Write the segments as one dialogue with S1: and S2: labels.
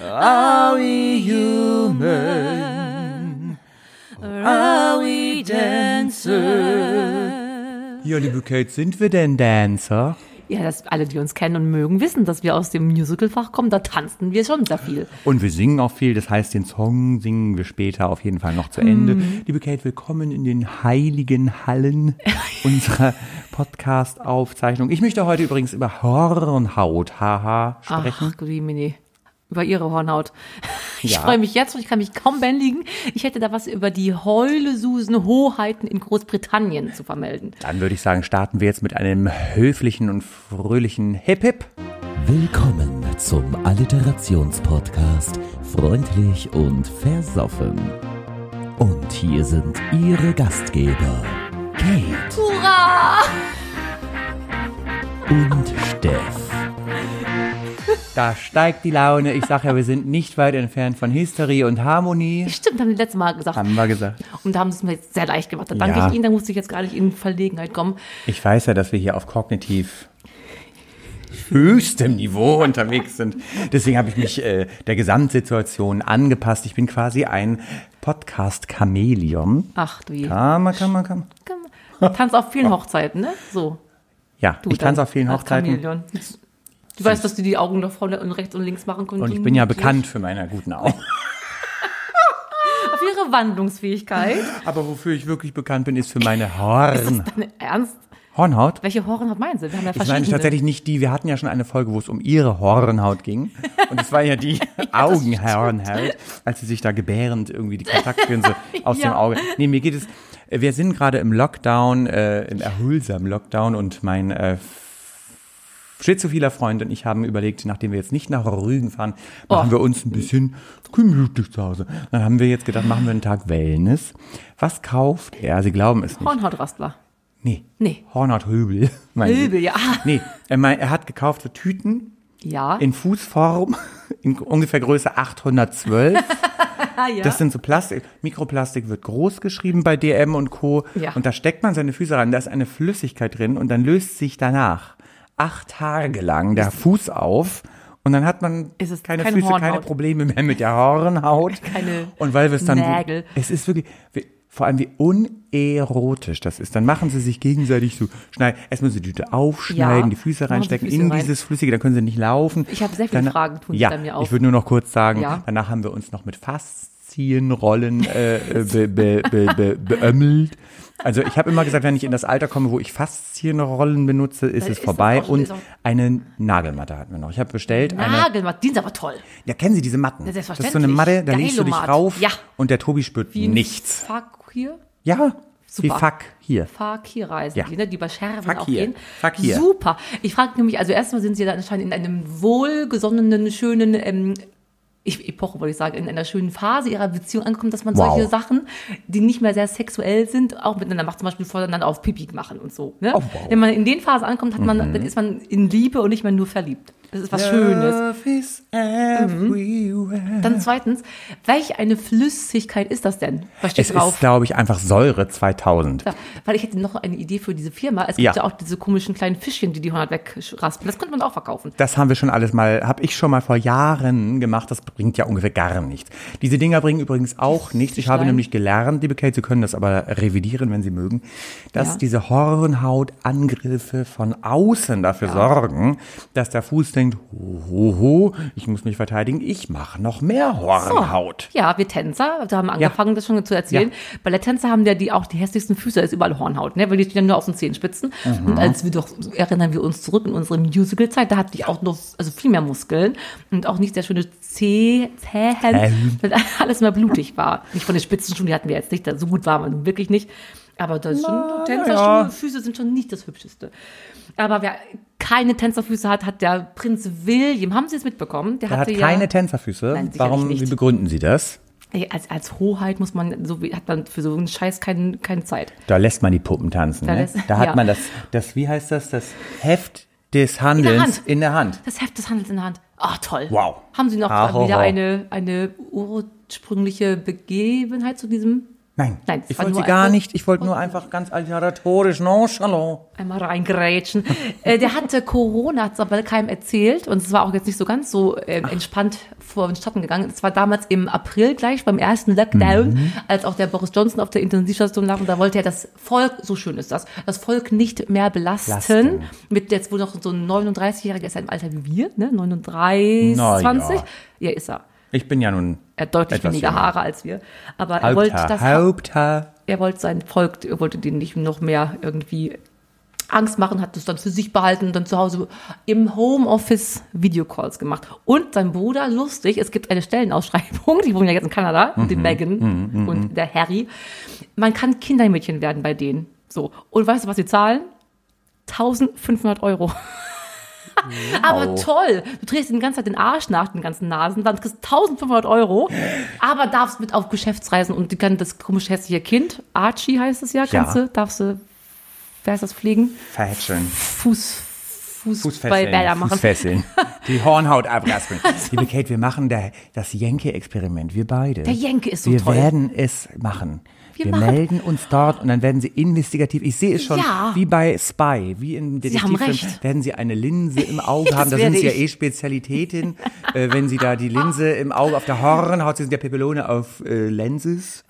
S1: Are we human? Or are we dancer?
S2: Ja, liebe Kate, sind wir denn Dancer?
S3: Ja, dass alle, die uns kennen und mögen, wissen, dass wir aus dem Musical-Fach kommen. Da tanzten wir schon sehr viel.
S2: Und wir singen auch viel, das heißt, den Song singen wir später auf jeden Fall noch zu Ende.
S1: Mhm.
S2: Liebe Kate, willkommen in den heiligen Hallen unserer Podcast-Aufzeichnung. Ich möchte heute übrigens über Hornhaut, haha, sprechen.
S3: Ach, Grimini. Über ihre Hornhaut. Ich
S2: Ja.
S3: freue mich jetzt und ich kann mich kaum bändigen. Ich hätte da was über die Heulesusen-Hoheiten in Großbritannien zu vermelden.
S2: Dann würde ich sagen, starten wir jetzt mit einem höflichen und fröhlichen Hip-Hip.
S1: Willkommen zum Alliterationspodcast Freundlich und Versoffen. Und hier sind Ihre Gastgeber, Kate
S3: Hurra!
S1: und Steff.
S2: Da steigt die Laune. Ich sage ja, wir sind nicht weit entfernt von Hysterie und Harmonie.
S3: Stimmt, haben die letzte Mal gesagt.
S2: Haben wir gesagt.
S3: Und da haben sie es mir jetzt sehr leicht gemacht. Da danke
S2: Ja.
S3: ich Ihnen, da musste ich jetzt gar nicht in Verlegenheit kommen.
S2: Ich weiß ja, dass wir hier auf kognitiv höchstem Niveau unterwegs sind. Deswegen habe ich mich äh, der Gesamtsituation angepasst. Ich bin quasi ein Podcast-Chameleon.
S3: Ach du je.
S2: Kammer, Kammer, Kammer.
S3: Tanz auf vielen Hochzeiten, ne? So.
S2: Ja,
S3: Du
S2: Oh. ich tanze
S3: dann
S2: auf vielen
S3: als
S2: Hochzeiten.
S3: Chamäleon. Du weißt, dass du die Augen nach vorne und rechts und links machen konntest.
S2: Und ich bin ja bekannt für meine guten Augen.
S3: Auf ihre Wandlungsfähigkeit.
S2: Aber wofür ich wirklich bekannt bin, ist für meine Horn.
S3: Ernst?
S2: Hornhaut?
S3: Welche Hornhaut meinen Sie? Wir haben ja
S2: Ich
S3: verschiedene.
S2: meine tatsächlich nicht die, wir hatten ja schon eine Folge, wo es um ihre Hornhaut ging. Und es war ja die Augenhornhaut, als sie sich da gebärend irgendwie die Kontaktlinse aus dem
S3: Ja.
S2: Auge. Nee, mir geht es, äh, wir sind gerade im Lockdown, äh, im erholsamen Lockdown und mein äh, schizophiler Freund und ich haben überlegt, nachdem wir jetzt nicht nach Rügen fahren, machen
S3: Oh.
S2: wir uns ein bisschen gemütlich zu Hause. Dann haben wir jetzt gedacht, machen wir einen Tag Wellness. Was kauft er? Sie glauben es nicht.
S3: Hornhautrastler.
S2: Nee.
S3: Nee.
S2: Hornhauthöbel. meinen Sie?
S3: Hübel, ja.
S2: Nee, er, mein, er hat gekauft so Tüten
S3: Ja.
S2: in Fußform, in ungefähr Größe 812.
S3: ah, ja.
S2: Das sind so Plastik. Mikroplastik wird groß geschrieben bei DM und Co.
S3: Ja.
S2: Und da steckt man seine Füße rein, da ist eine Flüssigkeit drin und dann löst sich danach acht Tage lang der Fuß auf. Und dann hat man
S3: Es ist
S2: keine,
S3: keine
S2: Füße, keine
S3: Hornhaut.
S2: Probleme mehr mit der Hornhaut.
S3: Keine
S2: und weil wir es dann
S3: Nägel.
S2: es ist wirklich, wie- vor allem wie unerotisch das ist. Dann machen sie sich gegenseitig so, schneiden, erstmal so die Tüte aufschneiden,
S3: Ja.
S2: die Füße
S3: Machen die
S2: reinstecken
S3: Füße
S2: in
S3: rein.
S2: dieses Flüssige, dann können sie nicht laufen.
S3: Ich habe sehr viele
S2: Dann-
S3: Fragen, tun sich
S2: ja,
S3: bei mir auf.
S2: Ich würde nur noch kurz sagen,
S3: Ja.
S2: danach haben wir uns noch mit Faszienrollen äh, äh, be, be, be, be, beömmelt. Also ich habe immer gesagt, wenn ich in das Alter komme, wo ich Faszienrollen benutze, ist
S3: Dann
S2: es
S3: ist das
S2: vorbei.
S3: auch- ist
S2: Und
S3: auch-
S2: eine Nagelmatte hatten wir noch. Ich habe bestellt eine
S3: Nagelmatt, die sind aber toll.
S2: ja, kennen Sie diese Matten?
S3: Ja,
S2: das ist so eine
S3: selbstverständlich.
S2: Matte, da legst du dich
S3: Geilomat.
S2: rauf
S3: Ja.
S2: und der Tobi spürt
S3: ein
S2: nichts.
S3: Fuck hier.
S2: Ja, wie
S3: Super.
S2: fuck hier.
S3: Fakir-Reisen,
S2: Ja.
S3: die, ne, die bei Scherben
S2: Fakir.
S3: auch gehen.
S2: Fakir.
S3: Super. Ich frage nämlich, also erstmal sind sie dann anscheinend in einem wohlgesonnenen, schönen ähm, ich, Epoche, wollte ich sagen, in einer schönen Phase ihrer Beziehung angekommen, dass man
S2: Wow.
S3: solche Sachen, die nicht mehr sehr sexuell sind, auch miteinander macht, zum Beispiel voneinander auf Pipi machen und so. Ne?
S2: Oh, wow. Mhm.
S3: Wenn man in den Phasen ankommt, hat man, dann ist man in Liebe und nicht mehr nur verliebt. Das ist was Schönes. Mhm.
S2: Love is everywhere.
S3: Dann zweitens, welch eine Flüssigkeit ist das denn? Was steht
S2: Es
S3: drauf?
S2: ist, glaube ich, einfach Säure 2000.
S3: Ja, weil ich hätte noch eine Idee für diese Firma. Es
S2: Ja.
S3: gibt ja auch diese komischen kleinen Fischchen, die die 100 wegraspeln. Das könnte man auch verkaufen.
S2: Das haben wir schon alles mal, habe ich schon mal vor Jahren gemacht. Das bringt ja ungefähr gar nichts. Diese Dinger bringen übrigens auch nichts. Ich habe
S3: Fischlein.
S2: nämlich gelernt, liebe Kate, Sie können das aber revidieren, wenn Sie mögen, dass
S3: Ja.
S2: diese Hornhautangriffe von außen dafür sorgen, dass der Fuß denkt, ho, ho, ho, ich muss mich verteidigen, ich mache noch mehr Hornhaut.
S3: Ja, wir Tänzer, da haben wir angefangen, das schon zu erzählen. Balletttänzer haben ja die auch die hässlichsten Füße, da ist überall Hornhaut, ne? weil die stehen ja nur auf den Zehenspitzen. Und als wir doch erinnern wir uns zurück in unsere Musical-Zeit, da hatte ich auch noch also viel mehr Muskeln und auch nicht sehr schöne Zeh, Zähen,
S2: Zähen.
S3: weil alles mal blutig war. Nicht von den Spitzen schon, die hatten wir jetzt nicht, da- so gut waren wir nun wirklich nicht. Aber das sind
S2: ja.
S3: Tänzerfüße sind schon nicht das Hübscheste. Aber wer keine Tänzerfüße hat, hat der Prinz William. Haben Sie es mitbekommen? Der
S2: Er hat
S3: hatte ja,
S2: keine Tänzerfüße.
S3: Nein, sicherlich
S2: Warum,
S3: nicht.
S2: wie begründen Sie das?
S3: Ey, als, als Hoheit muss man, so wie, hat man für so einen Scheiß kein, keine Zeit.
S2: Da lässt man die Puppen tanzen.
S3: Da
S2: ne?
S3: lässt-
S2: da hat
S3: ja.
S2: man das, das, wie heißt das, das Heft des Handelns
S3: Hand.
S2: in der Hand.
S3: Das Heft des Handels in der Hand. Ach, toll.
S2: Wow.
S3: Haben Sie noch
S2: Ah, ho,
S3: wieder
S2: ho.
S3: eine, eine ursprüngliche Begebenheit zu diesem
S2: Nein,
S3: Nein, es
S2: ich
S3: war
S2: wollte sie
S3: nur
S2: gar
S3: einfach-
S2: nicht. Ich wollte nur einfach ganz alliteratorisch nonchalant.
S3: Einmal reingrätschen. äh, der hatte Corona, hat es aber keinem erzählt. Und es war auch jetzt nicht so ganz so äh, entspannt vor den Schatten gegangen. Es war damals im April gleich beim ersten Lockdown,
S2: Mhm.
S3: als auch der Boris Johnson auf der Intensivstation lag. Und da wollte er das Volk, so schön ist das, das Volk nicht mehr belasten.
S2: Belasten.
S3: Mit jetzt wohl noch so ein 39-Jähriger, ist ja im Alter wie wir, ne? 39,
S2: Na ja.
S3: 20. Ja, ist er.
S2: Ich bin ja nun
S3: Er hat deutlich
S2: Etwas
S3: weniger
S2: jünger.
S3: Haare als wir. Aber er wollte
S2: Haupthaar.
S3: das
S2: Haupthaar.
S3: er wollte sein Volk, er wollte denen nicht noch mehr irgendwie Angst machen, hat das dann für sich behalten und dann zu Hause im Homeoffice Videocalls gemacht. Und sein Bruder, lustig, es gibt eine Stellenausschreibung, die wohnen ja jetzt in Kanada, die Megan und der Harry. Man kann Kindermädchen werden bei denen. So. Und weißt du, was sie zahlen? 1500 Euro. Aber toll, du drehst den ganzen Zeit den Arsch nach den ganzen Nasen, dann kriegst du 1500 Euro, aber darfst mit auf Geschäftsreisen und die kann das komische hässliche Kind, Archie heißt es ja, kannst
S2: Ja.
S3: du, darfst du, wer ist das, pflegen?
S2: Verhätscheln.
S3: Fuß, Fußballbäder
S2: Fußfesseln.
S3: machen. Also.
S2: Fußfesseln. Die Hornhaut abraspeln. Liebe Kate, wir machen da das Jenke-Experiment. Wir beide.
S3: Der Jenke ist so
S2: wir
S3: toll.
S2: Wir werden es machen.
S3: Wir
S2: Wir,
S3: machen-
S2: melden uns dort und dann werden sie investigativ. Ich sehe es schon
S3: Ja.
S2: wie bei Spy, wie im
S3: haben
S2: Detektivfilm.
S3: recht.
S2: Werden sie eine Linse im Auge
S3: Das
S2: haben. Da
S3: werde
S2: sind sie ja
S3: ich.
S2: eh Spezialitätin. äh, wenn sie da die Linse im Auge auf der Hornhaut, sie sind ja Pepelone auf äh, Lenses.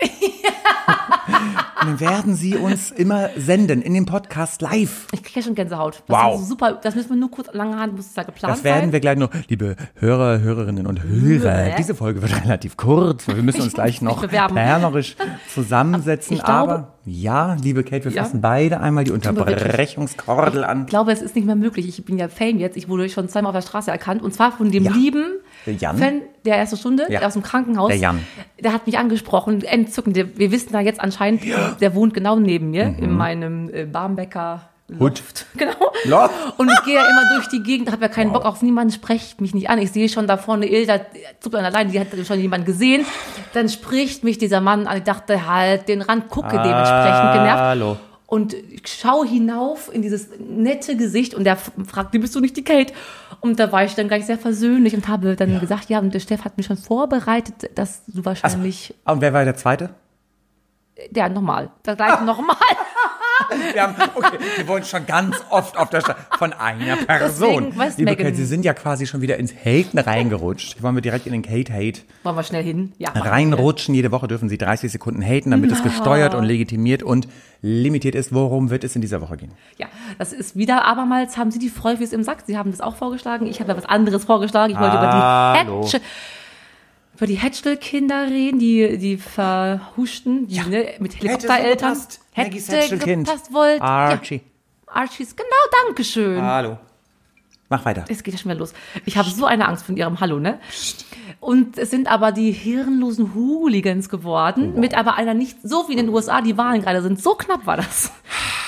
S2: Und dann werden sie uns immer senden in dem Podcast live.
S3: Ich kriege ja schon Gänsehaut. Das
S2: Wow.
S3: ist so super, das müssen wir nur kurz, lange Hand muss es ja geplant
S2: Das werden
S3: sein.
S2: wir gleich noch, liebe Hörer, Hörerinnen und Hörer.
S3: Hörer.
S2: Diese Folge wird relativ kurz, weil wir müssen uns gleich
S3: mich
S2: noch
S3: bewerben. Also,
S2: planerisch zusammensetzen.
S3: Ich glaube-
S2: aber ja, liebe Kate, wir
S3: Ja.
S2: fassen beide einmal die
S3: wir wirklich.
S2: Unterbrechungskordel an.
S3: Ich glaube, es ist nicht mehr möglich. Ich bin ja Fan jetzt. Ich wurde schon zweimal auf der Straße erkannt. Und zwar von dem
S2: Ja.
S3: lieben
S2: Der Jan.
S3: Fan der ersten Stunde
S2: Ja.
S3: der aus dem Krankenhaus.
S2: Der Jan.
S3: Der hat mich angesprochen. Entzückend. Der- Wir wissen da jetzt anscheinend, der wohnt genau neben mir in meinem äh, Barmbecker.
S2: Mhm. Hut.
S3: Loft. Genau.
S2: Loft.
S3: Und ich gehe ja immer durch die Gegend, habe ja keinen Bock auf niemanden, sprecht mich nicht an. Ich sehe schon da vorne Ilda, zuckt an allein, die hat schon jemand gesehen. Dann spricht mich dieser Mann an. Ich dachte halt, den Rand
S2: Ah.
S3: gucke dementsprechend genervt.
S2: Hallo.
S3: Und ich schau hinauf in dieses nette Gesicht und der f- fragte, bist du nicht die Kate? Und da war ich dann gleich sehr versöhnlich und habe dann gesagt, ja, und der Steff hat mich schon vorbereitet, dass du wahrscheinlich,
S2: Ah, Und wer war der Zweite?
S3: ja, nochmal, das gleiche nochmal.
S2: Wir, haben, okay, wir wollen schon ganz oft auf der Stadt von einer Person.
S3: Deswegen, weißt du,
S2: liebe
S3: Megan-
S2: Kate, Sie sind ja quasi schon wieder ins Haten reingerutscht. Hier wollen wir direkt in den Kate-Hate.
S3: Wollen wir schnell hin? Ja. machen wir.
S2: reinrutschen. Jede Woche dürfen Sie 30 Sekunden haten, damit es gesteuert und legitimiert und limitiert ist. Worum wird es in dieser Woche gehen?
S3: Ja, das ist wieder, abermals haben Sie die Freufis im Sack. Sie haben das auch vorgeschlagen. Ich habe ja was anderes vorgeschlagen. Ich wollte
S2: Hallo.
S3: über die Hatch über die Hatchel-Kinder reden, die, die verhuschten, die ne, mit Helikoptereltern.
S2: gepasst. Maggie's Hatchel-Kind.
S3: gepasst wollt.
S2: Archie.
S3: Ja, Archies, genau, Dankeschön.
S2: Hallo. Mach weiter.
S3: Es geht ja schon wieder los. Ich habe so eine Angst von ihrem Hallo, ne? Und es sind aber die hirnlosen Hooligans geworden, mit aber einer nicht, so wie in den USA die Wahlen gerade sind. So knapp war das.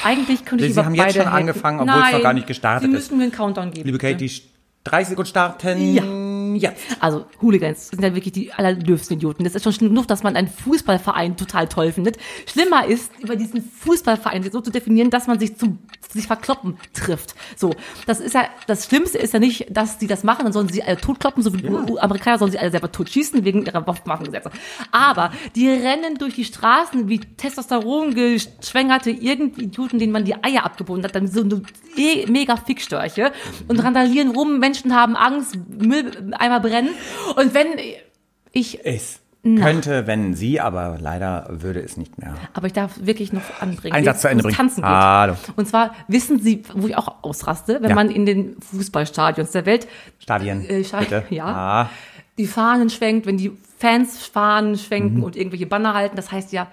S3: Eigentlich könnte ich
S2: Sie
S3: über
S2: haben jetzt
S3: beide
S2: schon
S3: hätten.
S2: angefangen, obwohl es noch
S3: Nein,
S2: gar nicht gestartet ist.
S3: Sie müssen mir einen Countdown geben.
S2: Liebe Kate, die 30 Sekunden starten. Ja.
S3: Also Hooligans sind ja wirklich die allerdürfsten Idioten. Das ist schon schlimm genug, dass man einen Fußballverein total toll findet. Schlimmer ist, über diesen Fußballverein so zu definieren, dass man sich zum sich verkloppen trifft. So, das ist ja das Schlimmste ist ja nicht, dass die das machen, dann sollen sie alle totkloppen, so wie die EU-Amerikaner sollen sie alle selber totschießen wegen ihrer Waffengesetze. Aber die rennen durch die Straßen wie Testosteron geschwängerte irgendwie Idioten, denen man die Eier abgebunden hat, dann so eine eh mega Fickstörche und randalieren rum, Menschen haben Angst, Mülleimer brennen und wenn ich
S2: Es könnte, wenn Sie, aber leider würde es nicht mehr.
S3: Aber ich darf wirklich noch anbringen.
S2: Einen Satz zu Ende
S3: ums
S2: bringen.
S3: Tanzen geht.
S2: Hallo.
S3: Und zwar wissen Sie, wo ich auch ausraste, wenn
S2: Ja.
S3: man in den Fußballstadions der Welt
S2: Stadien.
S3: Äh, Sta-
S2: bitte.
S3: ja.
S2: Ah,
S3: die Fahnen schwenkt, wenn die Fans Fahnen
S2: Mhm.
S3: schwenken und irgendwelche Banner halten. Das heißt ja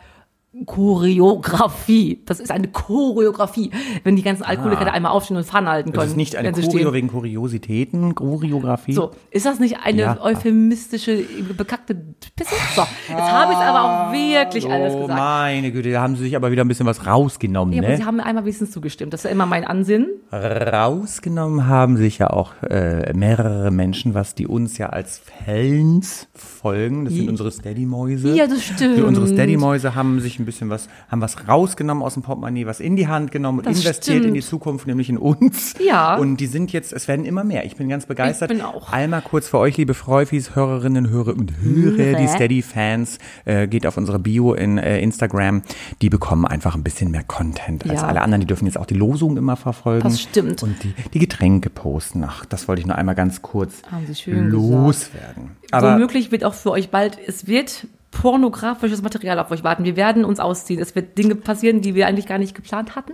S3: Choreografie. Das ist eine Choreografie, wenn die ganzen Alkoholiker da einmal aufstehen und Fahnen halten können.
S2: Ah. das ist nicht eine
S3: wenn sie
S2: Choreo
S3: stehen.
S2: wegen Kuriositäten, Choreografie.
S3: So, ist das nicht eine
S2: Ja.
S3: euphemistische, bekackte Pisse? So, jetzt habe ich es aber auch wirklich alles
S2: Oh,
S3: gesagt.
S2: meine Güte, da haben Sie sich aber wieder ein bisschen was rausgenommen,
S3: Ja, aber
S2: ne?
S3: Sie haben mir einmal wenigstens zugestimmt. Das ist ja immer mein Ansinnen.
S2: Rausgenommen haben sich ja auch äh, mehrere Menschen, was die uns ja als Fans folgen. Das sind unsere Steady-Mäuse.
S3: Ja, das stimmt.
S2: Die, unsere Steady-Mäuse haben sich ein bisschen was, haben was rausgenommen aus dem Portemonnaie, was in die Hand genommen und
S3: Das
S2: investiert in die
S3: stimmt.
S2: Zukunft, nämlich in uns.
S3: Ja.
S2: Und die sind jetzt, es werden immer mehr. Ich bin ganz begeistert.
S3: bin auch.
S2: Einmal kurz für euch, liebe Freufis, Hörerinnen, Hörer und Hörer,
S3: Hörer.
S2: die Steady-Fans, äh, geht auf unsere Bio in äh, Instagram. Die bekommen einfach ein bisschen mehr Content als
S3: Ja.
S2: alle anderen. Die dürfen jetzt auch die Losung immer verfolgen.
S3: Das stimmt.
S2: Und die, die Getränke posten. Ach, das wollte ich nur einmal ganz kurz
S3: Haben Sie schön
S2: loswerden. Aber
S3: Womöglich wird auch für euch bald, es wird pornografisches Material auf euch warten. Wir werden uns ausziehen. Es wird Dinge passieren, die wir eigentlich gar nicht geplant hatten.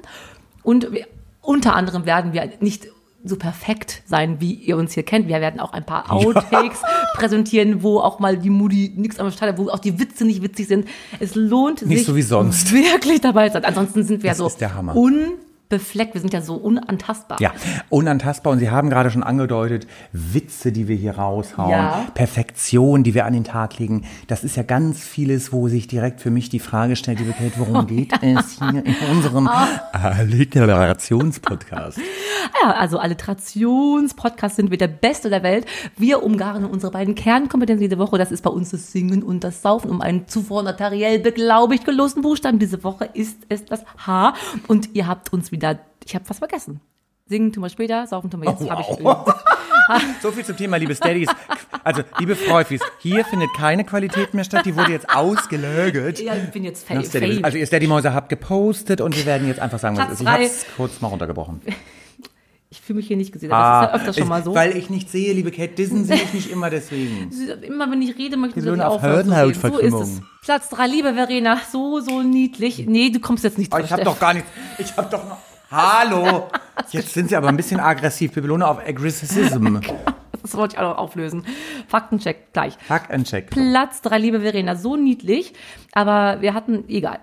S3: Und wir, unter anderem werden wir nicht so perfekt sein, wie ihr uns hier kennt. Wir werden auch ein paar Outtakes präsentieren, wo auch mal die Moody nichts am Start hat, wo auch die Witze nicht witzig sind. Es lohnt
S2: Nicht
S3: sich
S2: so wie sonst.
S3: wirklich dabei zu sein. Ansonsten sind wir
S2: Das
S3: so
S2: ist der Hammer.
S3: unbefleckt. Wir sind ja so unantastbar.
S2: ja, unantastbar. Und Sie haben gerade schon angedeutet, Witze, die wir hier raushauen,
S3: Ja.
S2: Perfektion, die wir an den Tag legen. Das ist ja ganz vieles, wo sich direkt für mich die Frage stellt, liebe Kate,
S3: Oh,
S2: worum geht es hier in unserem
S3: Ah.
S2: Alliterationspodcast?
S3: Ja, also Alliterationspodcast sind wir der Beste der Welt. Wir umgarnen unsere beiden Kernkompetenzen jede Woche. Das ist bei uns das Singen und das Saufen um einen zuvor notariell beglaubigt gelosten Buchstaben. Diese Woche ist es das H. Und ihr habt uns wieder, ich habe was vergessen. Singen tun wir später, saufen tun wir jetzt.
S2: Oh,
S3: hab ich
S2: wow.
S3: irgendwie-
S2: So viel zum Thema, liebe Steadies. Also, liebe Freufis, hier findet keine Qualität mehr statt. Die wurde jetzt ausgelögert.
S3: ja, ich bin jetzt
S2: Nach
S3: fake.
S2: Steady. Also ihr Steady-Mäuse habt gepostet und wir werden jetzt einfach sagen, was
S3: Platz
S2: es ist. Ich
S3: drei.
S2: hab's kurz mal runtergebrochen.
S3: ich fühle mich hier nicht gesehen, aber das ist ja öfters schon mal so.
S2: Weil Ah, ich nicht sehe, liebe Kate, dissen sehe ich nicht immer deswegen.
S3: Immer wenn ich rede, möchte ich
S2: Löhne
S3: nicht
S2: auf
S3: aufhören. zu reden. So ist es.
S2: Hirnhautverkrümmung.
S3: Platz drei, liebe Verena, so, so niedlich. Nee, du kommst jetzt nicht
S2: Oh,
S3: drauf,
S2: ich habe
S3: Steff.
S2: doch gar nichts. Ich habe doch noch... Hallo! Jetzt sind sie aber ein bisschen aggressiv. Bibelone auf Aggressivism.
S3: Das wollte ich auch noch auflösen. Faktencheck gleich.
S2: Fuck and check.
S3: Platz drei, liebe Verena, so niedlich, aber wir hatten, egal.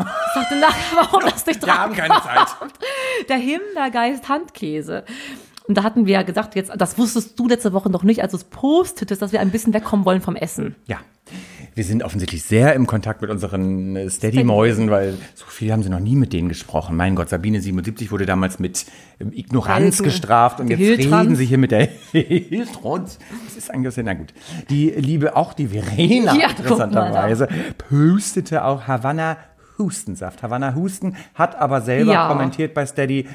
S3: Ich dachte nachher, warum das nicht
S2: Wir
S3: dran
S2: haben keine Zeit.
S3: Der Himbeergeist Handkäse. Und da hatten wir ja gesagt, jetzt, das wusstest du letzte Woche noch nicht, als du es postetest, dass wir ein bisschen wegkommen wollen vom Essen.
S2: Ja. Wir sind offensichtlich sehr im Kontakt mit unseren äh, Steady-Mäusen, weil so viel haben sie noch nie mit denen gesprochen. Mein Gott, Sabine 77 wurde damals mit ähm, Ignoranz
S3: Helden.
S2: gestraft und
S3: Die
S2: jetzt
S3: Hiltrans.
S2: reden sie hier mit der Hiltrans. Das ist ein bisschen, na gut. Die liebe, auch die Verena,
S3: Ja, guck
S2: interessanterweise, postete auch Havanna Hustensaft. Havanna Husten hat aber selber
S3: Ja.
S2: kommentiert bei Steady,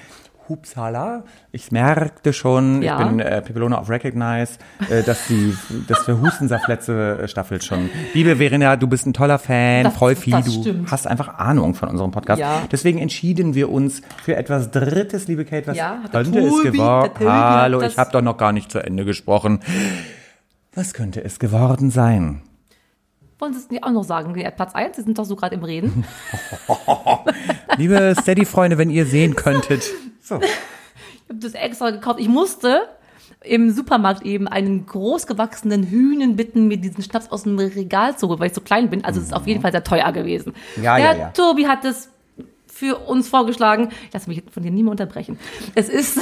S2: Hupsala, ich merkte schon,
S3: Ja.
S2: ich bin äh, Pipelone auf Recognize, äh, dass, die, dass der Hustensaft letzte äh, Staffel schon. Liebe Verena, du bist ein toller Fan,
S3: Das-
S2: Freufi,
S3: das
S2: du
S3: stimmt.
S2: hast einfach Ahnung von unserem Podcast.
S3: Ja.
S2: Deswegen entschieden wir uns für etwas Drittes, liebe Kate, was
S3: Ja, hat der
S2: könnte es
S3: Tobi-
S2: geworden?
S3: der Tobi hat
S2: Hallo,
S3: das-
S2: ich habe doch noch gar nicht zu Ende gesprochen. Was könnte es geworden sein?
S3: Wollen Sie es nicht auch noch sagen? Ja, Platz eins, Sie sind doch so gerade im Reden.
S2: Liebe Steady-Freunde, wenn ihr sehen könntet. So.
S3: Ich habe das extra gekauft. Ich musste im Supermarkt eben einen großgewachsenen Hühnen bitten, mir diesen Schnaps aus dem Regal zu holen, weil ich so klein bin. Also es ist auf jeden Fall sehr teuer gewesen.
S2: Mhm. Ja,
S3: Der
S2: ja, ja.
S3: Tobi hat es für uns vorgeschlagen. Lass mich von dir nie mehr unterbrechen. Es ist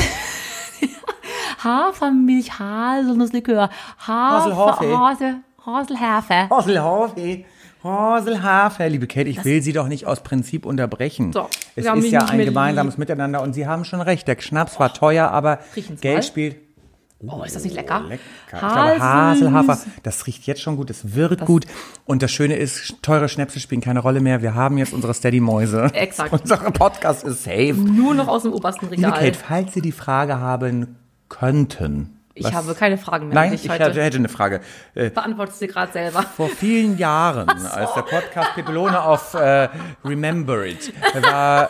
S3: Hafermilch, Haselnusslikör,
S2: Haselhafe.
S3: Hafer, Hase, Haselhafer.
S2: Haselhafe. Haselhafe, liebe Kate, ich will Sie doch nicht aus Prinzip unterbrechen.
S3: So,
S2: es
S3: wir haben
S2: ist
S3: ihn
S2: ja
S3: nicht
S2: ein
S3: mehr
S2: gemeinsames Miteinander und Sie haben schon recht. Der Schnaps war teuer, aber
S3: Riechen's
S2: Geld
S3: mal.
S2: spielt.
S3: Oh, ist das nicht lecker?
S2: Lecker. Ich glaube, Haselhafer, das riecht jetzt schon gut, es wird gut. Und das Schöne ist, teure Schnäpse spielen keine Rolle mehr. Wir haben jetzt unsere Steady-Mäuse.
S3: Exakt.
S2: Unser Podcast ist safe.
S3: Nur noch aus dem obersten
S2: Liebe
S3: Regal.
S2: Kate, falls Sie die Frage haben könnten.
S3: ich
S2: was-
S3: habe keine Fragen mehr. an
S2: Nein,
S3: dich
S2: ich
S3: heute.
S2: hätte hätte eine Frage. Äh,
S3: beantwortest dir gerade selber.
S2: vor vielen Jahren, als der Podcast Pepelone auf äh, Remember It war,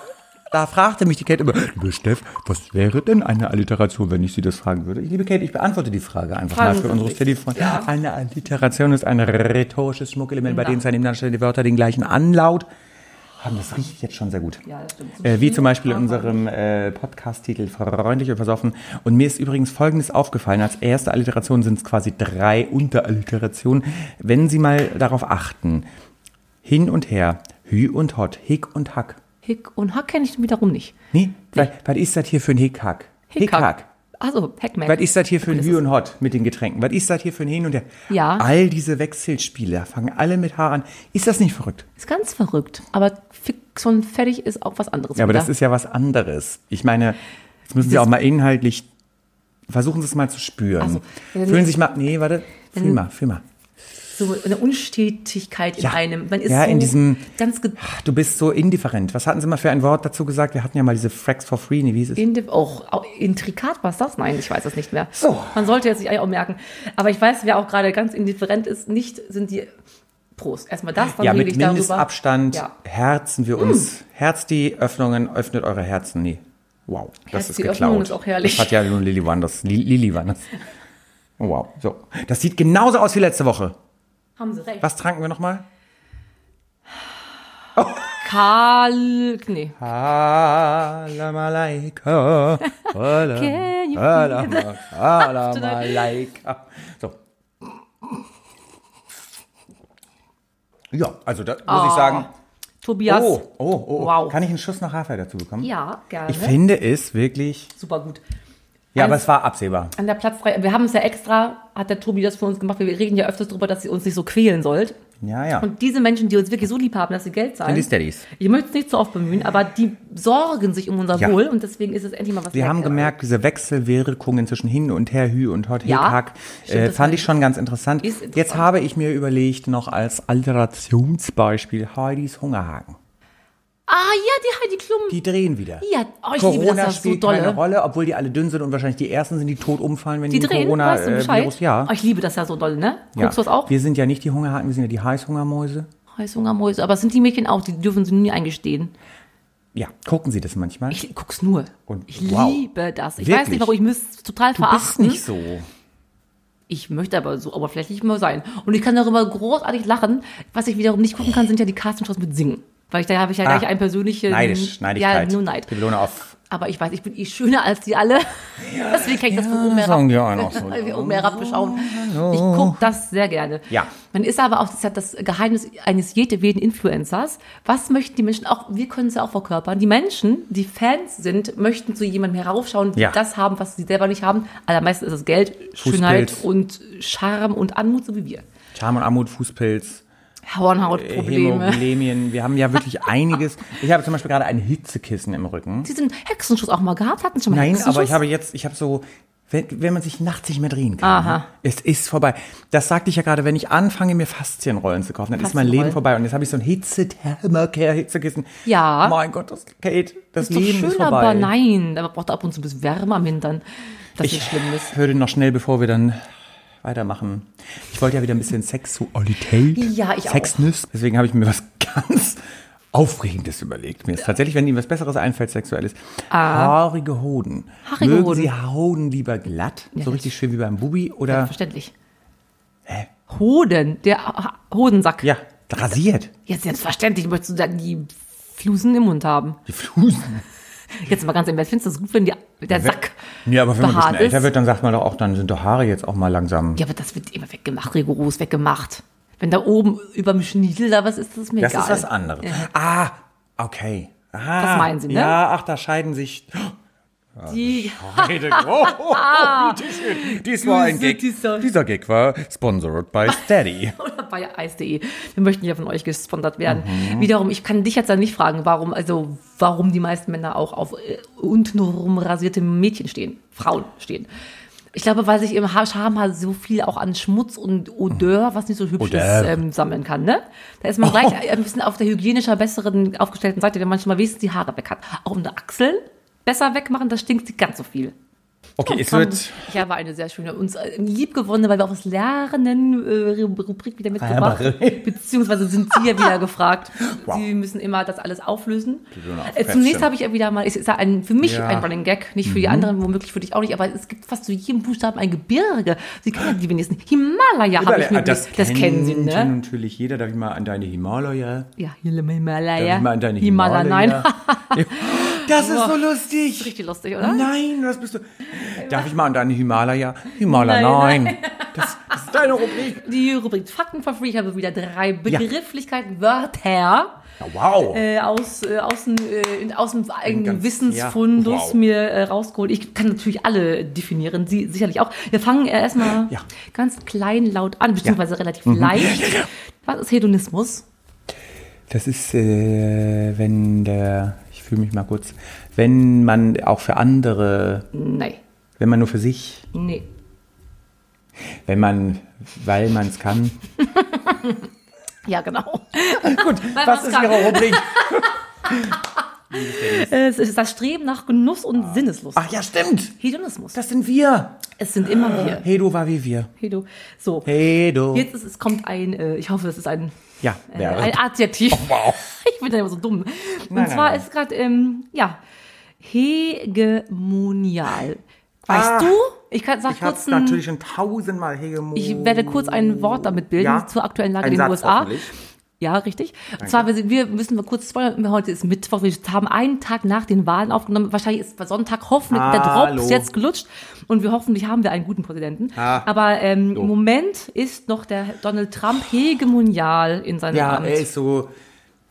S2: da fragte mich die Kate immer, liebe Steff, was wäre denn eine Alliteration, wenn ich Sie das fragen würde? Liebe Kate, ich beantworte die Frage einfach
S3: Fragen
S2: mal für
S3: Sie
S2: unsere
S3: mich.
S2: Steady-Freunde. Eine Alliteration ist ein rhetorisches Schmuckelement, bei
S3: Genau.
S2: dem nebeneinander die Wörter den gleichen Anlaut haben. Das riecht jetzt schon sehr gut.
S3: Ja, das stimmt.
S2: Äh, wie zum Beispiel in unserem äh, Podcast-Titel Freundlich und Versoffen. Und mir ist übrigens Folgendes aufgefallen. Als erste Alliteration sind es quasi drei Unteralliterationen. Wenn Sie mal darauf achten, hin und her, hü und hot, hick und hack.
S3: Hick und Hack kenne ich wiederum nicht.
S2: Nee, wa- was ist das hier für ein Hick-Hack? Hick-Hack.
S3: Also, Hackmack.
S2: Was ist das hier für ein Hü und Hot mit den Getränken? Was ist das hier für ein Hin und Her?
S3: Ja.
S2: All diese Wechselspiele fangen alle mit Haar an. Ist das nicht verrückt?
S3: Ist ganz verrückt. Aber fix und fertig ist auch was anderes.
S2: Ja, aber
S3: wieder.
S2: das ist ja was anderes. Ich meine, jetzt müssen Sie auch mal inhaltlich versuchen Sie es mal zu spüren.
S3: Also, wenn-
S2: fühlen Sie sich mal, nee, warte, fühl mal, fühl mal.
S3: So eine Unstetigkeit
S2: Ja.
S3: in einem. Man ist
S2: Ja,
S3: so
S2: in diesem-
S3: ganz ge
S2: Ach, du bist so indifferent. Was hatten sie mal für ein Wort dazu gesagt? Wir hatten ja mal diese Frags for Free, nee, wie ist es?
S3: Indi- auch, auch oh, intrikat war es das? Nein, ich weiß es nicht mehr.
S2: So.
S3: Man sollte jetzt nicht eigentlich auch merken. Aber ich weiß, wer auch gerade ganz indifferent ist, nicht sind die Prost. Erstmal das, dann
S2: Ja,
S3: rede
S2: mit
S3: ich darüber.
S2: Mindestabstand
S3: Ja. Hm.
S2: herzen wir uns. Herz die Öffnungen, öffnet eure Herzen. Nee. Wow, das
S3: Herz
S2: ist
S3: die
S2: geklaut.
S3: Öffnungen ist auch herrlich.
S2: Das hat ja nur Lilly Wanders. Li- Lilly Wanders. Oh, wow. So. Das sieht genauso aus wie letzte Woche.
S3: Haben Sie recht.
S2: Was tranken wir nochmal?
S3: Karl. Nee.
S2: Alamalaika.
S3: Can you
S2: Alam- Alamalaika. So. Ja, also da muss ich sagen.
S3: Tobias.
S2: Oh, oh, oh, oh.
S3: Oh, Wow.
S2: Kann ich einen Schuss nach Hafer dazu bekommen?
S3: Ja, gerne.
S2: Ich finde es wirklich.
S3: Super gut.
S2: Ja,
S3: Also-
S2: aber es war absehbar.
S3: An der Platzfreiheit. Wir haben es ja extra, hat der Tobi das für uns gemacht. Wir reden ja öfters darüber, dass ihr uns nicht so quälen sollt.
S2: Ja, ja.
S3: Und diese Menschen, die uns wirklich so lieb haben, dass sie Geld
S2: Ah. Sind die
S3: zahlen.
S2: Steadies.
S3: Ich möchte es nicht zu oft bemühen, aber die sorgen sich um unser
S2: Ja.
S3: Wohl und deswegen ist es endlich mal was
S2: Wir haben
S3: Leckeres.
S2: gemerkt, diese Wechselwirkungen zwischen hin und her, hü und hot,
S3: Ja,
S2: ja, hack,
S3: stimmt,
S2: äh,
S3: das
S2: fand
S3: war-
S2: ich schon ganz interessant.
S3: Ist interessant.
S2: Jetzt habe ich mir überlegt, noch als Alterationsbeispiel Heidis Hungerhaken.
S3: Ah ja, die Heidi Klum.
S2: Die drehen wieder.
S3: Ja, oh, ich liebe das,
S2: Corona
S3: das ist so
S2: spielt
S3: dolle.
S2: keine Rolle, obwohl die alle dünn sind und wahrscheinlich die Ersten sind, die tot umfallen, wenn die,
S3: die drehen, weißt du Bescheid?
S2: Corona-Virus... äh, ja.
S3: Oh, ich liebe das ja so doll, ne?
S2: ja.
S3: Guckst du das auch?
S2: Wir sind ja nicht die Hungerhaken, wir sind ja die Heißhungermäuse.
S3: Heißhungermäuse. Aber es sind die Mädchen auch, die dürfen sie nie eingestehen.
S2: Ja, gucken Sie das manchmal.
S3: Ich guck's nur.
S2: Und-
S3: ich
S2: wow.
S3: liebe das. Ich weiß
S2: Wirklich?
S3: nicht, warum ich müsste total
S2: du bist
S3: verachten.
S2: nicht so.
S3: Ich möchte aber so oberflächlich mal sein. Und ich kann darüber großartig lachen. Was ich wiederum nicht gucken kann, sind ja die Castingshows mit Singen. Weil ich da habe ich ja
S2: Ah,
S3: gleich einen persönlichen.
S2: Neidisch, Neidigkeit.
S3: Ja, nur Neid.
S2: Die Belohne auf.
S3: Aber ich weiß, ich bin eh schöner als die alle. Deswegen kann ich das von oben herab
S2: Ah, sagen die einen auch so.
S3: wir oben herabbeschauen. Ich gucke das sehr gerne.
S2: Ja.
S3: Man ist aber auch, das ist ja das Geheimnis eines jedweden Influencers. Was möchten die Menschen auch, wir können es ja auch verkörpern. Die Menschen, die Fans sind, möchten zu jemandem heraufschauen, die
S2: Ja.
S3: das haben, was sie selber nicht haben. Allermeistens ist es Geld, Schönheit und Charme und Anmut, so wie wir.
S2: Charme und Armut, Fußpilz.
S3: Hornhautprobleme.
S2: Hämoglobien. Wir haben ja wirklich einiges. Ich habe zum Beispiel gerade ein Hitzekissen im Rücken.
S3: Sie sind Hexenschuss auch mal gehabt, hatten schon mal
S2: Nein,
S3: Hexenschuss?
S2: aber ich habe jetzt, ich habe so, wenn, wenn man sich nachts nicht mehr drehen kann.
S3: Aha.
S2: Ne? Es ist vorbei. Das sagte ich ja gerade, wenn ich anfange, mir Faszienrollen zu kaufen, dann ist mein
S3: Faszienrollen.
S2: Leben vorbei. Und jetzt habe ich so ein Hitze-Thermacare-Hitzekissen.
S3: Ja.
S2: Mein Gott, das geht. Das
S3: ist doch
S2: Leben
S3: schön,
S2: ist vorbei.
S3: aber nein. Aber braucht ab und zu ein bisschen Wärme am Hintern. Das ist
S2: Ich
S3: schlimm. ist.
S2: würde noch schnell, bevor wir dann weitermachen. Ich wollte ja wieder ein bisschen Sexualität.
S3: Ja, ich auch.
S2: Sexness. Deswegen habe ich mir was ganz Aufregendes überlegt. Mir ist tatsächlich, wenn Ihnen was Besseres einfällt, Sexuelles. Haarige Hoden.
S3: Ah. Haarige
S2: Mögen
S3: Hoden.
S2: Sie Hoden lieber glatt? so richtig schön wie beim Bubi? Oder,
S3: Verständlich. Hä? Hoden, der Ha- Hodensack.
S2: ja, rasiert.
S3: Jetzt selbstverständlich möchtest du dann die Flusen im Mund haben.
S2: Die Flusen.
S3: Jetzt mal ganz im Ernst, findest du das gut, wenn die, der Sack
S2: Ja, aber wenn man ein bisschen
S3: behaart
S2: älter
S3: ist?
S2: wird, dann sagt man doch auch, dann sind doch Haare jetzt auch mal langsam.
S3: Ja, aber das wird immer weggemacht, rigoros weggemacht. Wenn da oben über dem Schniedel da was ist, das ist mir
S2: das
S3: egal.
S2: ist was anderes. Ah, okay. Ah,
S3: Das meinen Sie, ne?
S2: Ja, ach, da scheiden sich
S3: Die,
S2: Rede. Oh, oh, oh, die- dies war ein
S3: Grüße,
S2: Gig.
S3: dieser-
S2: Dieser Gig war sponsored by Steady.
S3: oder bei eis.de. Wir möchten ja von euch gesponsert werden. Wiederum, ich kann dich jetzt dann nicht fragen, warum, also, warum die meisten Männer auch auf äh, untenrum rasierte Mädchen stehen, Frauen stehen. Ich glaube, weil sich im Haar- Schamhaar so viel auch an Schmutz und Odeur, was nicht so hübsch ist,
S2: Odeur.
S3: ähm, sammeln kann, ne? Da ist man gleich ein bisschen auf der hygienischer, besseren, aufgestellten Seite, wenn man schon mal wenigstens die Haare weg hat. Auch um die Achseln besser wegmachen, das stinkt nicht ganz so viel.
S2: Okay, es
S3: Oh, Komm,
S2: wird.
S3: Ich habe eine sehr schöne, uns äh, liebgewonnene, weil wir auch das Lernen äh, Rubrik wieder mitgebracht
S2: Ah, Ja, aber-
S3: Beziehungsweise sind Sie ja wieder gefragt.
S2: Wow.
S3: Sie müssen immer das alles auflösen.
S2: würden auch
S3: Äh, zunächst
S2: feststellen.
S3: habe ich ja wieder mal, es ist ja ein, für mich
S2: Ja. Mhm.
S3: ein Running Gag, nicht für die anderen, womöglich für dich auch nicht, aber es gibt fast zu jedem Buchstaben ein Gebirge. Sie kennen ja die wenigsten. Himalaya habe ich
S2: Ah,
S3: mit. das kennen Sie,
S2: kennt
S3: ne?
S2: natürlich jeder. Darf ich mal an deine Himalaya?
S3: Ja,
S2: Darf
S3: Himalaya.
S2: ich mal an deine
S3: Himalaya. Nein,
S2: Nein. das ist so lustig.
S3: richtig lustig, oder?
S2: Nein, was bist du? Darf ich mal an deine Himalaya? Himalaya,
S3: Nein,
S2: nein. Das, das ist deine Rubrik.
S3: Die Rubrik Fakten for Free. Ich habe wieder drei Begrifflichkeiten, Wörter.
S2: Ja, wow.
S3: äh, aus, äh, aus, dem, äh, in- aus dem eigenen
S2: ganz-
S3: Wissensfundus
S2: ja, wow.
S3: mir äh, rausgeholt. Ich kann natürlich alle definieren, Sie sicherlich auch. Wir fangen äh, erstmal
S2: Ja. Mhm.
S3: ganz klein laut an, beziehungsweise relativ leicht. Was ist Hedonismus?
S2: Das ist, äh, wenn der. Ich fühle mich mal kurz. Wenn man auch für andere,
S3: Nein.
S2: wenn man nur für sich
S3: Nee.
S2: Wenn man, weil man es kann.
S3: Ja, genau.
S2: Gut,
S3: Weil
S2: was
S3: man's
S2: ist
S3: kann.
S2: Ihre Rubrik?
S3: Es ist das Streben nach Genuss
S2: Ah.
S3: und Sinneslust.
S2: Ach ja, stimmt.
S3: Hedonismus.
S2: Das sind wir.
S3: es sind immer wir.
S2: Hedo war wie wir.
S3: Hedo. So.
S2: Hedo.
S3: Jetzt ist, es kommt ein, äh, ich hoffe, es ist ein,
S2: Ja,
S3: äh,
S2: wäre.
S3: ein Adjektiv.
S2: Wow.
S3: Ich bin ja immer so dumm. Und
S2: nein,
S3: zwar
S2: nein.
S3: ist gerade, ähm, ja, hegemonial. Weißt
S2: Ah,
S3: du? Ich kann, sag
S2: Ich habe
S3: kurz
S2: es
S3: ein,
S2: natürlich schon tausendmal hegemonial.
S3: ich werde kurz ein Wort damit bilden
S2: Ja.
S3: zur aktuellen Lage
S2: Ein
S3: in den
S2: Satz
S3: USA.
S2: hoffentlich.
S3: Ja, richtig. Und zwar, wir, sind- wir müssen mal kurz spoilern. Heute ist Mittwoch. Wir haben einen Tag nach den Wahlen aufgenommen. Wahrscheinlich ist Sonntag hoffentlich der
S2: Hallo.
S3: Drops jetzt gelutscht. Und wir hoffentlich haben wir einen guten Präsidenten.
S2: Ah.
S3: Aber ähm, im Moment ist noch der Donald Trump hegemonial in seinem
S2: Ja,
S3: Amt.
S2: er ist so,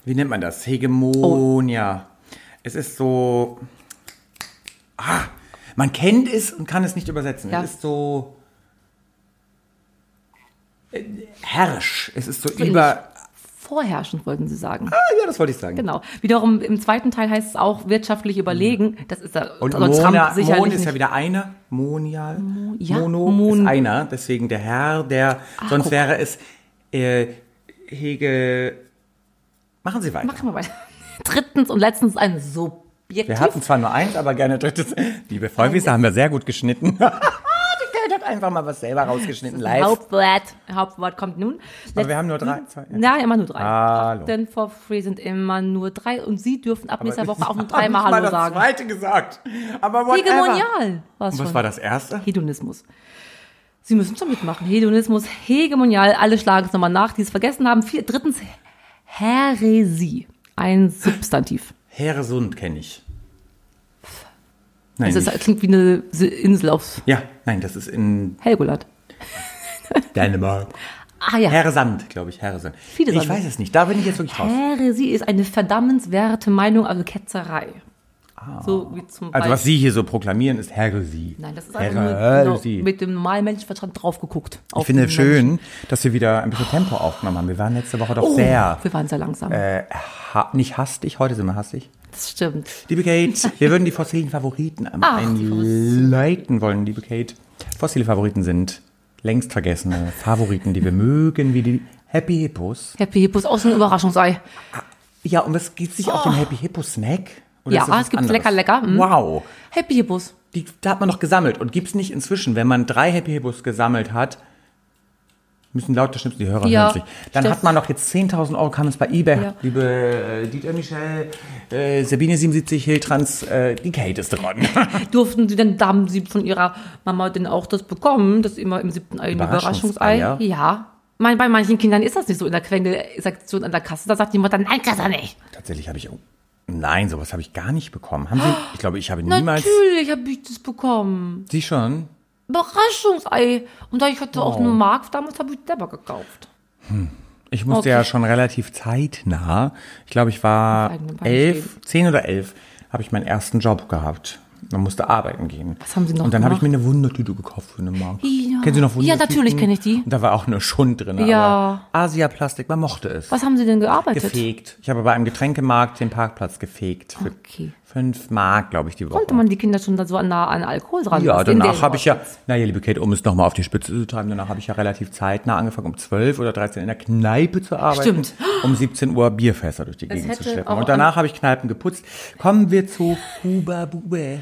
S2: wie nennt man das? Hegemonia. Es ist so. Ah, man kennt es und kann es nicht übersetzen.
S3: Ja.
S2: Es ist so. äh, Herrsch. Es ist so
S3: ähnlich.
S2: über.
S3: Vorherrschend wollten Sie sagen.
S2: Ah, ja, das wollte ich sagen.
S3: Genau. Wiederum im zweiten Teil heißt es auch wirtschaftlich überlegen. Das ist da
S2: Hm. Und
S3: Donald
S2: Mona,
S3: Trump sicherlich
S2: Mon ist
S3: nicht.
S2: ja wieder einer. Monial.
S3: ja,
S2: Mono
S3: Mon-
S2: ist einer. Deswegen der Herr, der. sonst
S3: guck.
S2: wäre es äh, Hege. Machen Sie weiter.
S3: Machen wir weiter. Drittens und letztens ein Subjektiv.
S2: Wir hatten zwar nur eins, aber gerne drittes. Liebe Vollwiese haben wir sehr gut geschnitten. Die Geld hat einfach mal was selber rausgeschnitten live.
S3: Hauptwort, Hauptwort kommt nun.
S2: Aber wir haben nur drei. Zwei, ja.
S3: Nein, immer nur drei.
S2: Hallo.
S3: Denn for free sind immer nur drei und Sie dürfen ab nächster Woche auch nur
S2: Ich
S3: dreimal
S2: hab
S3: Hallo
S2: nicht mal das
S3: sagen.
S2: zweite gesagt. Aber whatever.
S3: Hegemonial war es
S2: Was
S3: schon.
S2: war das erste?
S3: Hedonismus. Sie müssen schon mitmachen. Hedonismus, Hegemonial, alle schlagen es nochmal nach, die es vergessen haben. Vier, drittens, Häresie. Ein Substantiv.
S2: Heresund kenne ich. Nein,
S3: Das ist, halt-
S2: nicht.
S3: klingt wie eine Insel auf
S2: ja, nein, das ist in
S3: Helgoland.
S2: Dänemark.
S3: Ah ja.
S2: Heresand, glaube ich, Heresand.
S3: Viele
S2: ich
S3: Sande.
S2: weiß es nicht, da bin ich jetzt wirklich raus.
S3: Häresie ist eine verdammenswerte Meinung, also Ketzerei. So wie zum
S2: Also
S3: Beispiel.
S2: was Sie hier so proklamieren, ist Heresie.
S3: Nein, das ist einfach nur
S2: Heresie.
S3: genau, mit dem normalen Menschenverstand drauf geguckt.
S2: Ich finde es schön, dass wir wieder ein bisschen Tempo aufgenommen haben. Wir waren letzte Woche doch
S3: Oh.
S2: sehr
S3: Wir waren sehr langsam.
S2: äh, ha nicht hastig, heute sind wir hastig.
S3: das stimmt.
S2: Liebe Kate, wir würden die fossilen Favoriten am-
S3: Ach, die
S2: einleiten wollen, liebe Kate. Fossile Favoriten sind längst vergessene Favoriten, die wir mögen, wie die Happy Hippos.
S3: Happy Hippos aus einem Überraschungsei.
S2: Ja, und was gibt es nicht auf dem Happy Hippo Snack?
S3: Oh. Ja,
S2: ist das
S3: es
S2: was
S3: gibt's
S2: anderes?
S3: lecker, lecker, mhm.
S2: Wow,
S3: Happy Hippos.
S2: die, da hat man noch gesammelt. Und gibt es nicht inzwischen, wenn man drei Happy Hippos gesammelt hat, müssen lauter schnipsen, die Hörer
S3: Ja,
S2: hören es nicht. Dann
S3: Steff.
S2: hat man noch jetzt 10.000 Euro, kann es bei eBay,
S3: Ja.
S2: liebe äh, Dieter Michel, äh, Sabine77, Hiltrans, äh, die Kate ist dran.
S3: Durften sie denn, da haben sie von ihrer Mama denn auch das bekommen, dass immer im siebten Ei ein Überraschungsei?
S2: Überraschungseier?
S3: Ja. Mein, bei manchen Kindern ist das nicht so in der Quengelsektion an der Kasse. Da sagt die Mutter, nein, Kasse nicht.
S2: Tatsächlich habe ich. oh, Nein, sowas habe ich gar nicht bekommen. Haben Sie. Ich glaube, ich habe niemals.
S3: Natürlich habe ich das bekommen.
S2: Sie schon?
S3: Überraschungsei. Und da ich hatte
S2: Oh.
S3: auch nur Mark, damals habe ich selber gekauft.
S2: Ich musste
S3: Okay.
S2: ja schon relativ zeitnah. Ich glaube, ich war
S3: Auf eigenen Beinen
S2: elf, zehn oder elf, habe ich meinen ersten Job gehabt. Man musste arbeiten gehen.
S3: Was haben Sie noch
S2: Und dann habe ich mir
S3: gemacht?
S2: eine Wundertüte gekauft für eine Mark.
S3: Ja.
S2: Kennen Sie noch
S3: Ja,
S2: Wundertüten?
S3: natürlich kenne ich die.
S2: Und da war auch eine Schund drin.
S3: Ja.
S2: Aber Asia-Plastik, man mochte es.
S3: Was haben sie denn gearbeitet?
S2: Gefegt. Ich habe bei einem Getränkemarkt den Parkplatz gefegt. Für
S3: Okay.
S2: Fünf Mark, glaube ich, die Woche.
S3: Konnte man die Kinder schon da so an, nah an Alkohol dran
S2: Ja,
S3: Das ist in
S2: danach
S3: der
S2: habe ich
S3: Form.
S2: ja, naja, liebe Kate, um es nochmal auf die Spitze zu treiben, danach habe ich ja relativ zeitnah angefangen, um 12 oder 13 in der Kneipe zu arbeiten.
S3: Stimmt.
S2: Um 17 Uhr Bierfässer durch die Gegend zu
S3: hätte
S2: schleppen.
S3: auch
S2: Und danach habe ich Kneipen geputzt. Kommen wir zu Huba Bube.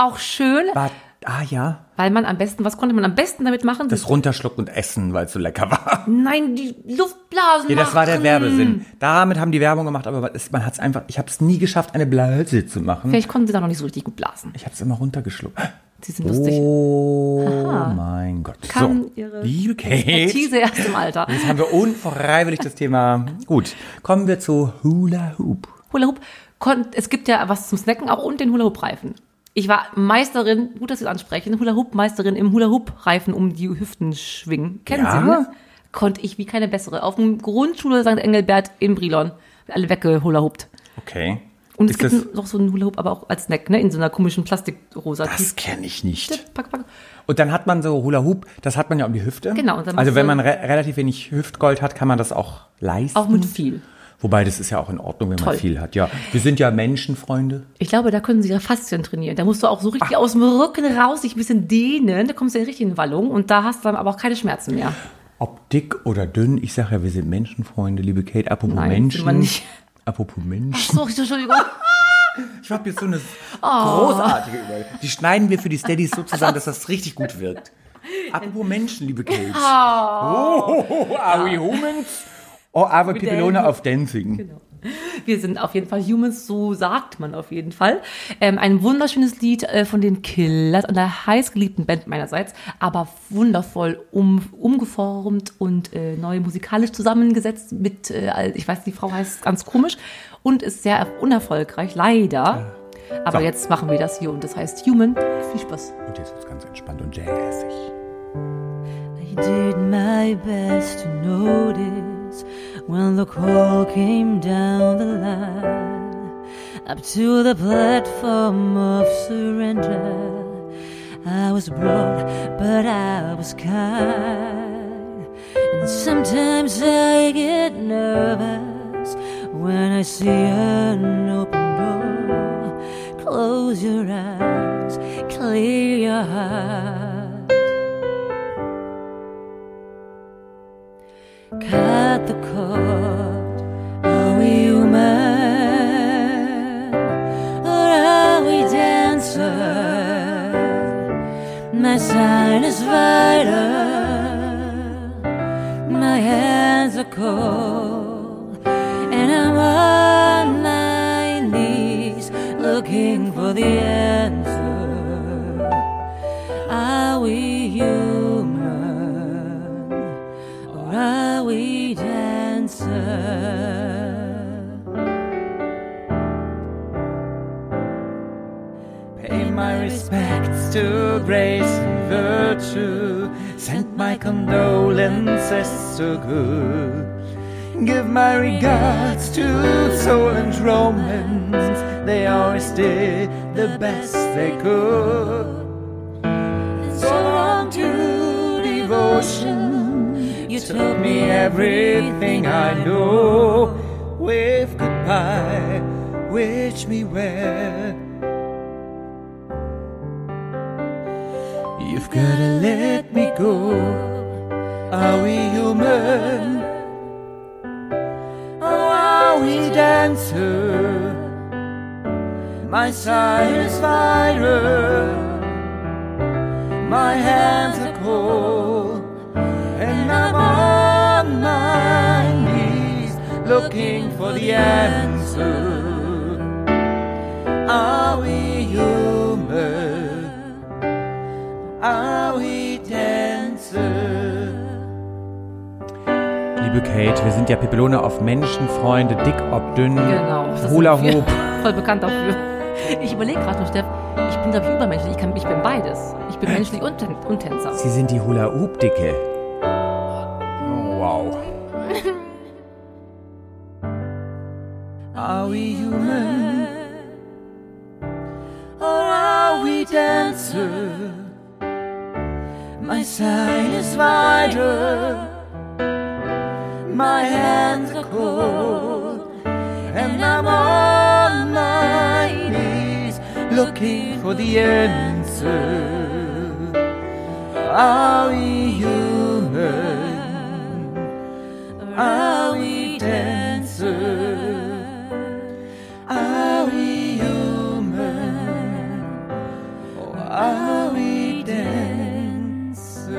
S3: Auch schön,
S2: War, ah ja,
S3: weil man am besten, was konnte man am besten damit machen?
S2: das runterschlucken und essen, weil es so lecker war.
S3: Nein, die Luftblasen.
S2: Ja, das war der
S3: machen.
S2: Werbesinn. Damit haben die Werbung gemacht, aber es, man hat es einfach, ich habe es nie geschafft, eine Blase zu machen.
S3: Vielleicht konnten sie da noch nicht so richtig gut blasen.
S2: Ich habe es immer runtergeschluckt.
S3: Sie sind lustig.
S2: Oh mein Gott.
S3: Kam
S2: so,
S3: ihre
S2: liebe Kate.
S3: Tease erst im Alter.
S2: Jetzt haben wir unfreiwillig das Thema. Gut, kommen wir zu Hula Hoop.
S3: Hula Hoop. Kon- Es gibt ja was zum Snacken auch und den Hula Hoop Reifen. Ich war Meisterin, gut, dass Sie es ansprechen, Hula Hoop Meisterin im Hula Hoop Reifen um die Hüften schwingen. Kennen
S2: Ja?
S3: Sie, ne? Konnte ich wie keine bessere. Auf dem Grundschule St. Engelbert in Brilon. Alle weggehula hoopt.
S2: Okay.
S3: Und
S2: Ist
S3: es
S2: das,
S3: gibt noch so einen Hula Hoop, aber auch als Snack, ne? In so einer komischen Plastikrosa.
S2: das kenne ich nicht.
S3: Pack, pack.
S2: Und dann hat man so Hula Hoop, das hat man ja um die Hüfte.
S3: Genau, und dann
S2: also
S3: machst
S2: wenn
S3: du-
S2: man re relativ wenig Hüftgold hat, kann man das auch leisten.
S3: Auch mit viel.
S2: Wobei, das ist ja auch in Ordnung, wenn
S3: Toll.
S2: man viel hat. Ja, wir sind ja Menschenfreunde.
S3: Ich glaube, da können sie ihre Faszien trainieren. Da musst du auch so richtig aus dem Rücken raus, dich ein bisschen dehnen. Da kommst du in die richtige Wallung und da hast du dann aber auch keine Schmerzen mehr.
S2: Ob dick oder dünn, ich sage ja, wir sind Menschenfreunde, liebe Kate. Apropos
S3: Nein, sind
S2: Menschen.
S3: wir nicht.
S2: Apropos Menschen.
S3: So, Entschuldigung.
S2: Ich habe jetzt so eine
S3: Oh.
S2: großartige Überleitung. Die schneiden wir für die Steadies so zusammen, dass das richtig gut wirkt. Apropos Menschen, liebe Kate. Oh. are we humans? Or are we people
S3: der-
S2: only of dancing?
S3: Genau. Wir sind auf jeden Fall Humans, so sagt man auf jeden Fall. Ähm, ein wunderschönes Lied äh, von den Killers und einer heißgeliebten Band meinerseits, aber wundervoll um, umgeformt und äh, neu musikalisch zusammengesetzt mit, äh, ich weiß, die Frau heißt ganz komisch und ist sehr unerfolgreich, leider. Aber
S2: So.
S3: jetzt machen wir das hier und das heißt Human. Viel Spaß.
S2: Und jetzt wird's ganz entspannt und jazzig.
S4: I did my best to notice when the call came down the line up to the platform of surrender. I was broad, but I was kind. And sometimes I get nervous when I see an open door. Close your eyes, clear your heart. cut the cord. Are we human or are we dancer? My sign is vital. My hands are cold, and I'm on my knees looking for the answer. Are we human? Or are we dancer?
S2: Pay my respects to grace and virtue. Send my condolences to good. Give my regards to soul and Romans. They always did the best they could.
S4: It's
S2: So long to devotion. You took me everything I know. With goodbye, wish me well. You've gotta let me go. Are we human? Or are we dancer? My side is viral. My hands are cold. And I'm on my knees looking for the answer. Are we human? Are we dancer? Liebe Kate, wir sind ja Pipelone auf Menschenfreunde, dick ob dünn,
S3: Genau. das
S2: hohler
S3: sind wir
S2: Hob.
S3: Voll bekannt dafür. Ich überlege gerade noch, Steff, ich bin, glaube ich, übermenschlich. Ich, kann, ich bin beides. Ich bin menschlich und, Tän- und Tänzer.
S2: Sie sind die Hula Hoop Dicke. Oh, wow. Are we human? Or are we dancer? My sign is vital. My hands are cold. And I'm on my knees looking for the answer. Are we human? Are we dancer? Are we human? Or are we dancer?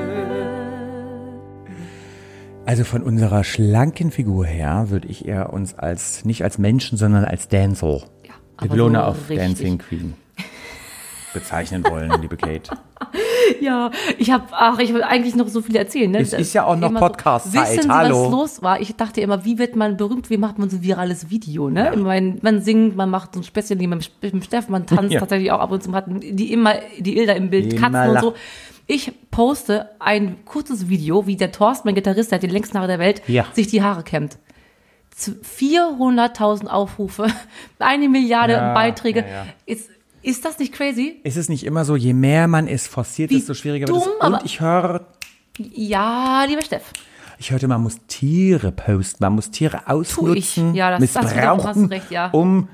S2: Also von unserer schlanken Figur her würde ich eher uns als nicht als Menschen, sondern als Dancer,
S3: Ja, aber
S2: Pipelone
S3: so
S2: auf
S3: richtig.
S2: Dancing Queen bezeichnen wollen, liebe Kate.
S3: Ja, ich habe, ach, ich wollte eigentlich noch so viel erzählen. Ne?
S2: Es ist ja auch noch
S3: Immer
S2: Podcast-Zeit,
S3: Wissen Sie,
S2: hallo.
S3: was los war? Ich dachte immer, wie wird man berühmt? Wie macht man so ein virales Video? Ne? Ich mein, man singt, man macht so ein Späßchen wie mit dem- mit dem Steff, man tanzt
S2: Ja.
S3: tatsächlich auch ab und zu. Man hat die immer, die Ilda im Bild,
S2: Immer
S3: Katzen und
S2: lach-
S3: so. Ich poste ein kurzes Video, wie der Thorsten, mein Gitarrist, der hat die längsten Haare der Welt,
S2: Ja.
S3: sich die Haare kämmt. Zu 400.000 Aufrufe, eine Milliarde
S2: Ja,
S3: Beiträge.
S2: ja, ja.
S3: Ist, ist das nicht crazy?
S2: Ist es nicht immer so, je mehr man es forciert,
S3: Wie
S2: desto schwieriger wird es.
S3: dumm,
S2: Und
S3: aber-
S2: ich höre,
S3: Ja, lieber Steff.
S2: Ich hörte, man muss Tiere posten, man muss Tiere ausnutzen,
S3: Ja, das- das wiederum hast du
S2: missbrauchen,
S3: recht, ja.
S2: um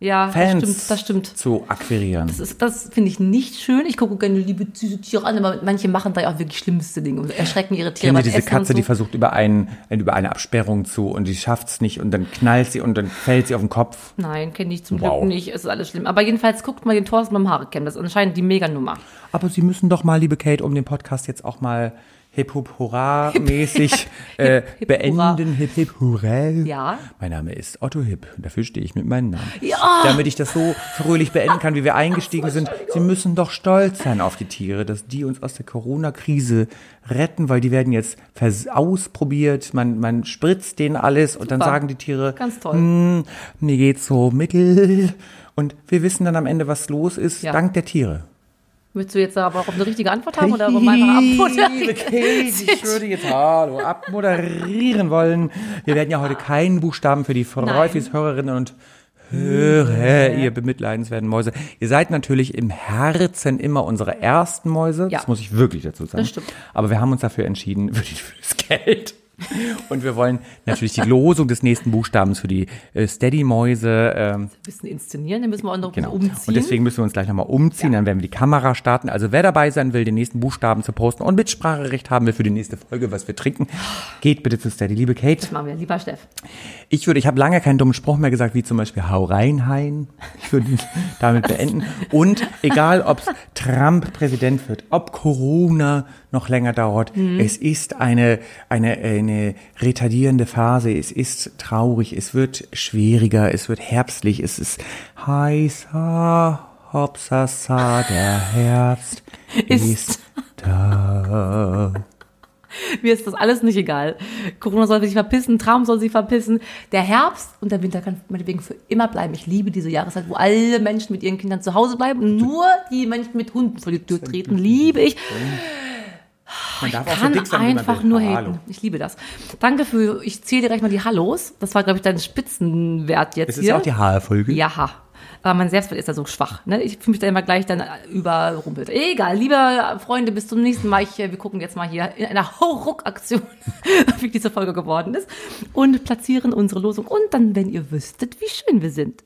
S3: Ja,
S2: Fans
S3: das stimmt, das stimmt.
S2: zu akquirieren.
S3: Das, ist- das finde ich nicht schön. Ich gucke gerne liebe süße Tiere an, aber manche machen da ja auch wirklich schlimmste Dinge und erschrecken ihre
S2: Kennt ihr
S3: Tiere. beim
S2: diese
S3: Essen und
S2: Katze, die
S3: so.
S2: versucht über, einen, über eine Absperrung zu und die schafft es nicht und dann knallt sie und dann fällt sie auf den Kopf?
S3: Nein, kenne ich zum
S2: Wow.
S3: Glück nicht. Es ist alles schlimm. Aber jedenfalls guckt mal den Thorsten beim Haarecam. Das ist anscheinend die Meganummer.
S2: Aber Sie müssen doch mal, liebe Kate, um den Podcast jetzt auch mal hip hop hurra mäßig äh,
S3: hip, hurra.
S2: beenden. Hip hip hurra.
S3: Ja.
S2: Mein Name ist Otto Hip und dafür stehe ich mit meinem Namen.
S3: Ja.
S2: Damit ich das so fröhlich beenden kann, wie wir eingestiegen sind. Sie müssen doch stolz sein auf die Tiere, dass die uns aus der Corona-Krise retten, weil die werden jetzt vers- ausprobiert. Man, man spritzt denen alles und dann
S3: Super.
S2: sagen die Tiere,
S3: Ganz toll.
S2: "Hm, mir geht's so mittel. Und wir wissen dann am Ende, was los ist,
S3: Ja.
S2: dank der Tiere.
S3: Willst du jetzt aber auch eine richtige Antwort haben oder wollen wir einfach
S2: Liebe
S3: abmoderieren?
S2: Kate, ich würde jetzt hallo abmoderieren wollen. Wir werden ja heute keinen Buchstaben für die Freufis Hörerinnen und Hörer, ihr bemitleidenswerten Mäuse. Ihr seid natürlich im Herzen immer unsere ersten Mäuse.
S3: Ja.
S2: Das muss ich wirklich dazu sagen.
S3: Das stimmt.
S2: Aber wir haben uns dafür entschieden, für die- fürs Geld. Und wir wollen natürlich die Losung des nächsten Buchstabens für die äh, Steady-Mäuse ähm,
S3: Ein bisschen inszenieren, dann müssen wir auch noch
S2: Genau.
S3: umziehen.
S2: Und deswegen müssen wir uns gleich nochmal umziehen, dann werden wir die Kamera starten. Also wer dabei sein will, den nächsten Buchstaben zu posten und Mitspracherecht haben will für die nächste Folge, was wir trinken, geht bitte zu Steady. Liebe Kate,
S3: machen wir. Lieber Steff.
S2: ich würde, ich habe lange keinen dummen Spruch mehr gesagt, wie zum Beispiel Hau rein, Hein. Ich würde ihn damit beenden. Und egal, ob Trump Präsident wird, ob Corona noch länger dauert,
S3: Mhm.
S2: es ist eine, eine, eine retardierende Phase. Es ist traurig, es wird schwieriger, es wird herbstlich, es ist heißer, hopsasa, der Herbst
S3: Ist. Oh,
S2: ist da.
S3: Mir ist das alles nicht egal. Corona soll sich verpissen, Traum soll sich verpissen. Der Herbst und der Winter kann meinetwegen für immer bleiben. Ich liebe diese Jahreszeit, wo alle Menschen mit ihren Kindern zu Hause bleiben und nur die Menschen mit Hunden vor die Tür treten. Liebe ich.
S2: Man darf
S3: Kann
S2: wie man
S3: einfach
S2: will.
S3: nur
S2: Hallo.
S3: haten. Ich liebe das. Danke für, ich zähle direkt mal die Hallos. Das war, glaube ich, dein Spitzenwert jetzt
S2: Es ist
S3: hier.
S2: ja auch die Haarfolge.
S3: Ja, ha. Aber mein Selbstwert ist ja so schwach. Ne? Ich fühle mich da immer gleich dann überrumpelt. Egal, lieber Freunde, bis zum nächsten Mal. Ich, äh, wir gucken jetzt mal hier in einer Hauruck-Aktion, wie diese Folge geworden ist. Und platzieren unsere Losung. Und dann, wenn ihr wüsstet, wie schön wir sind.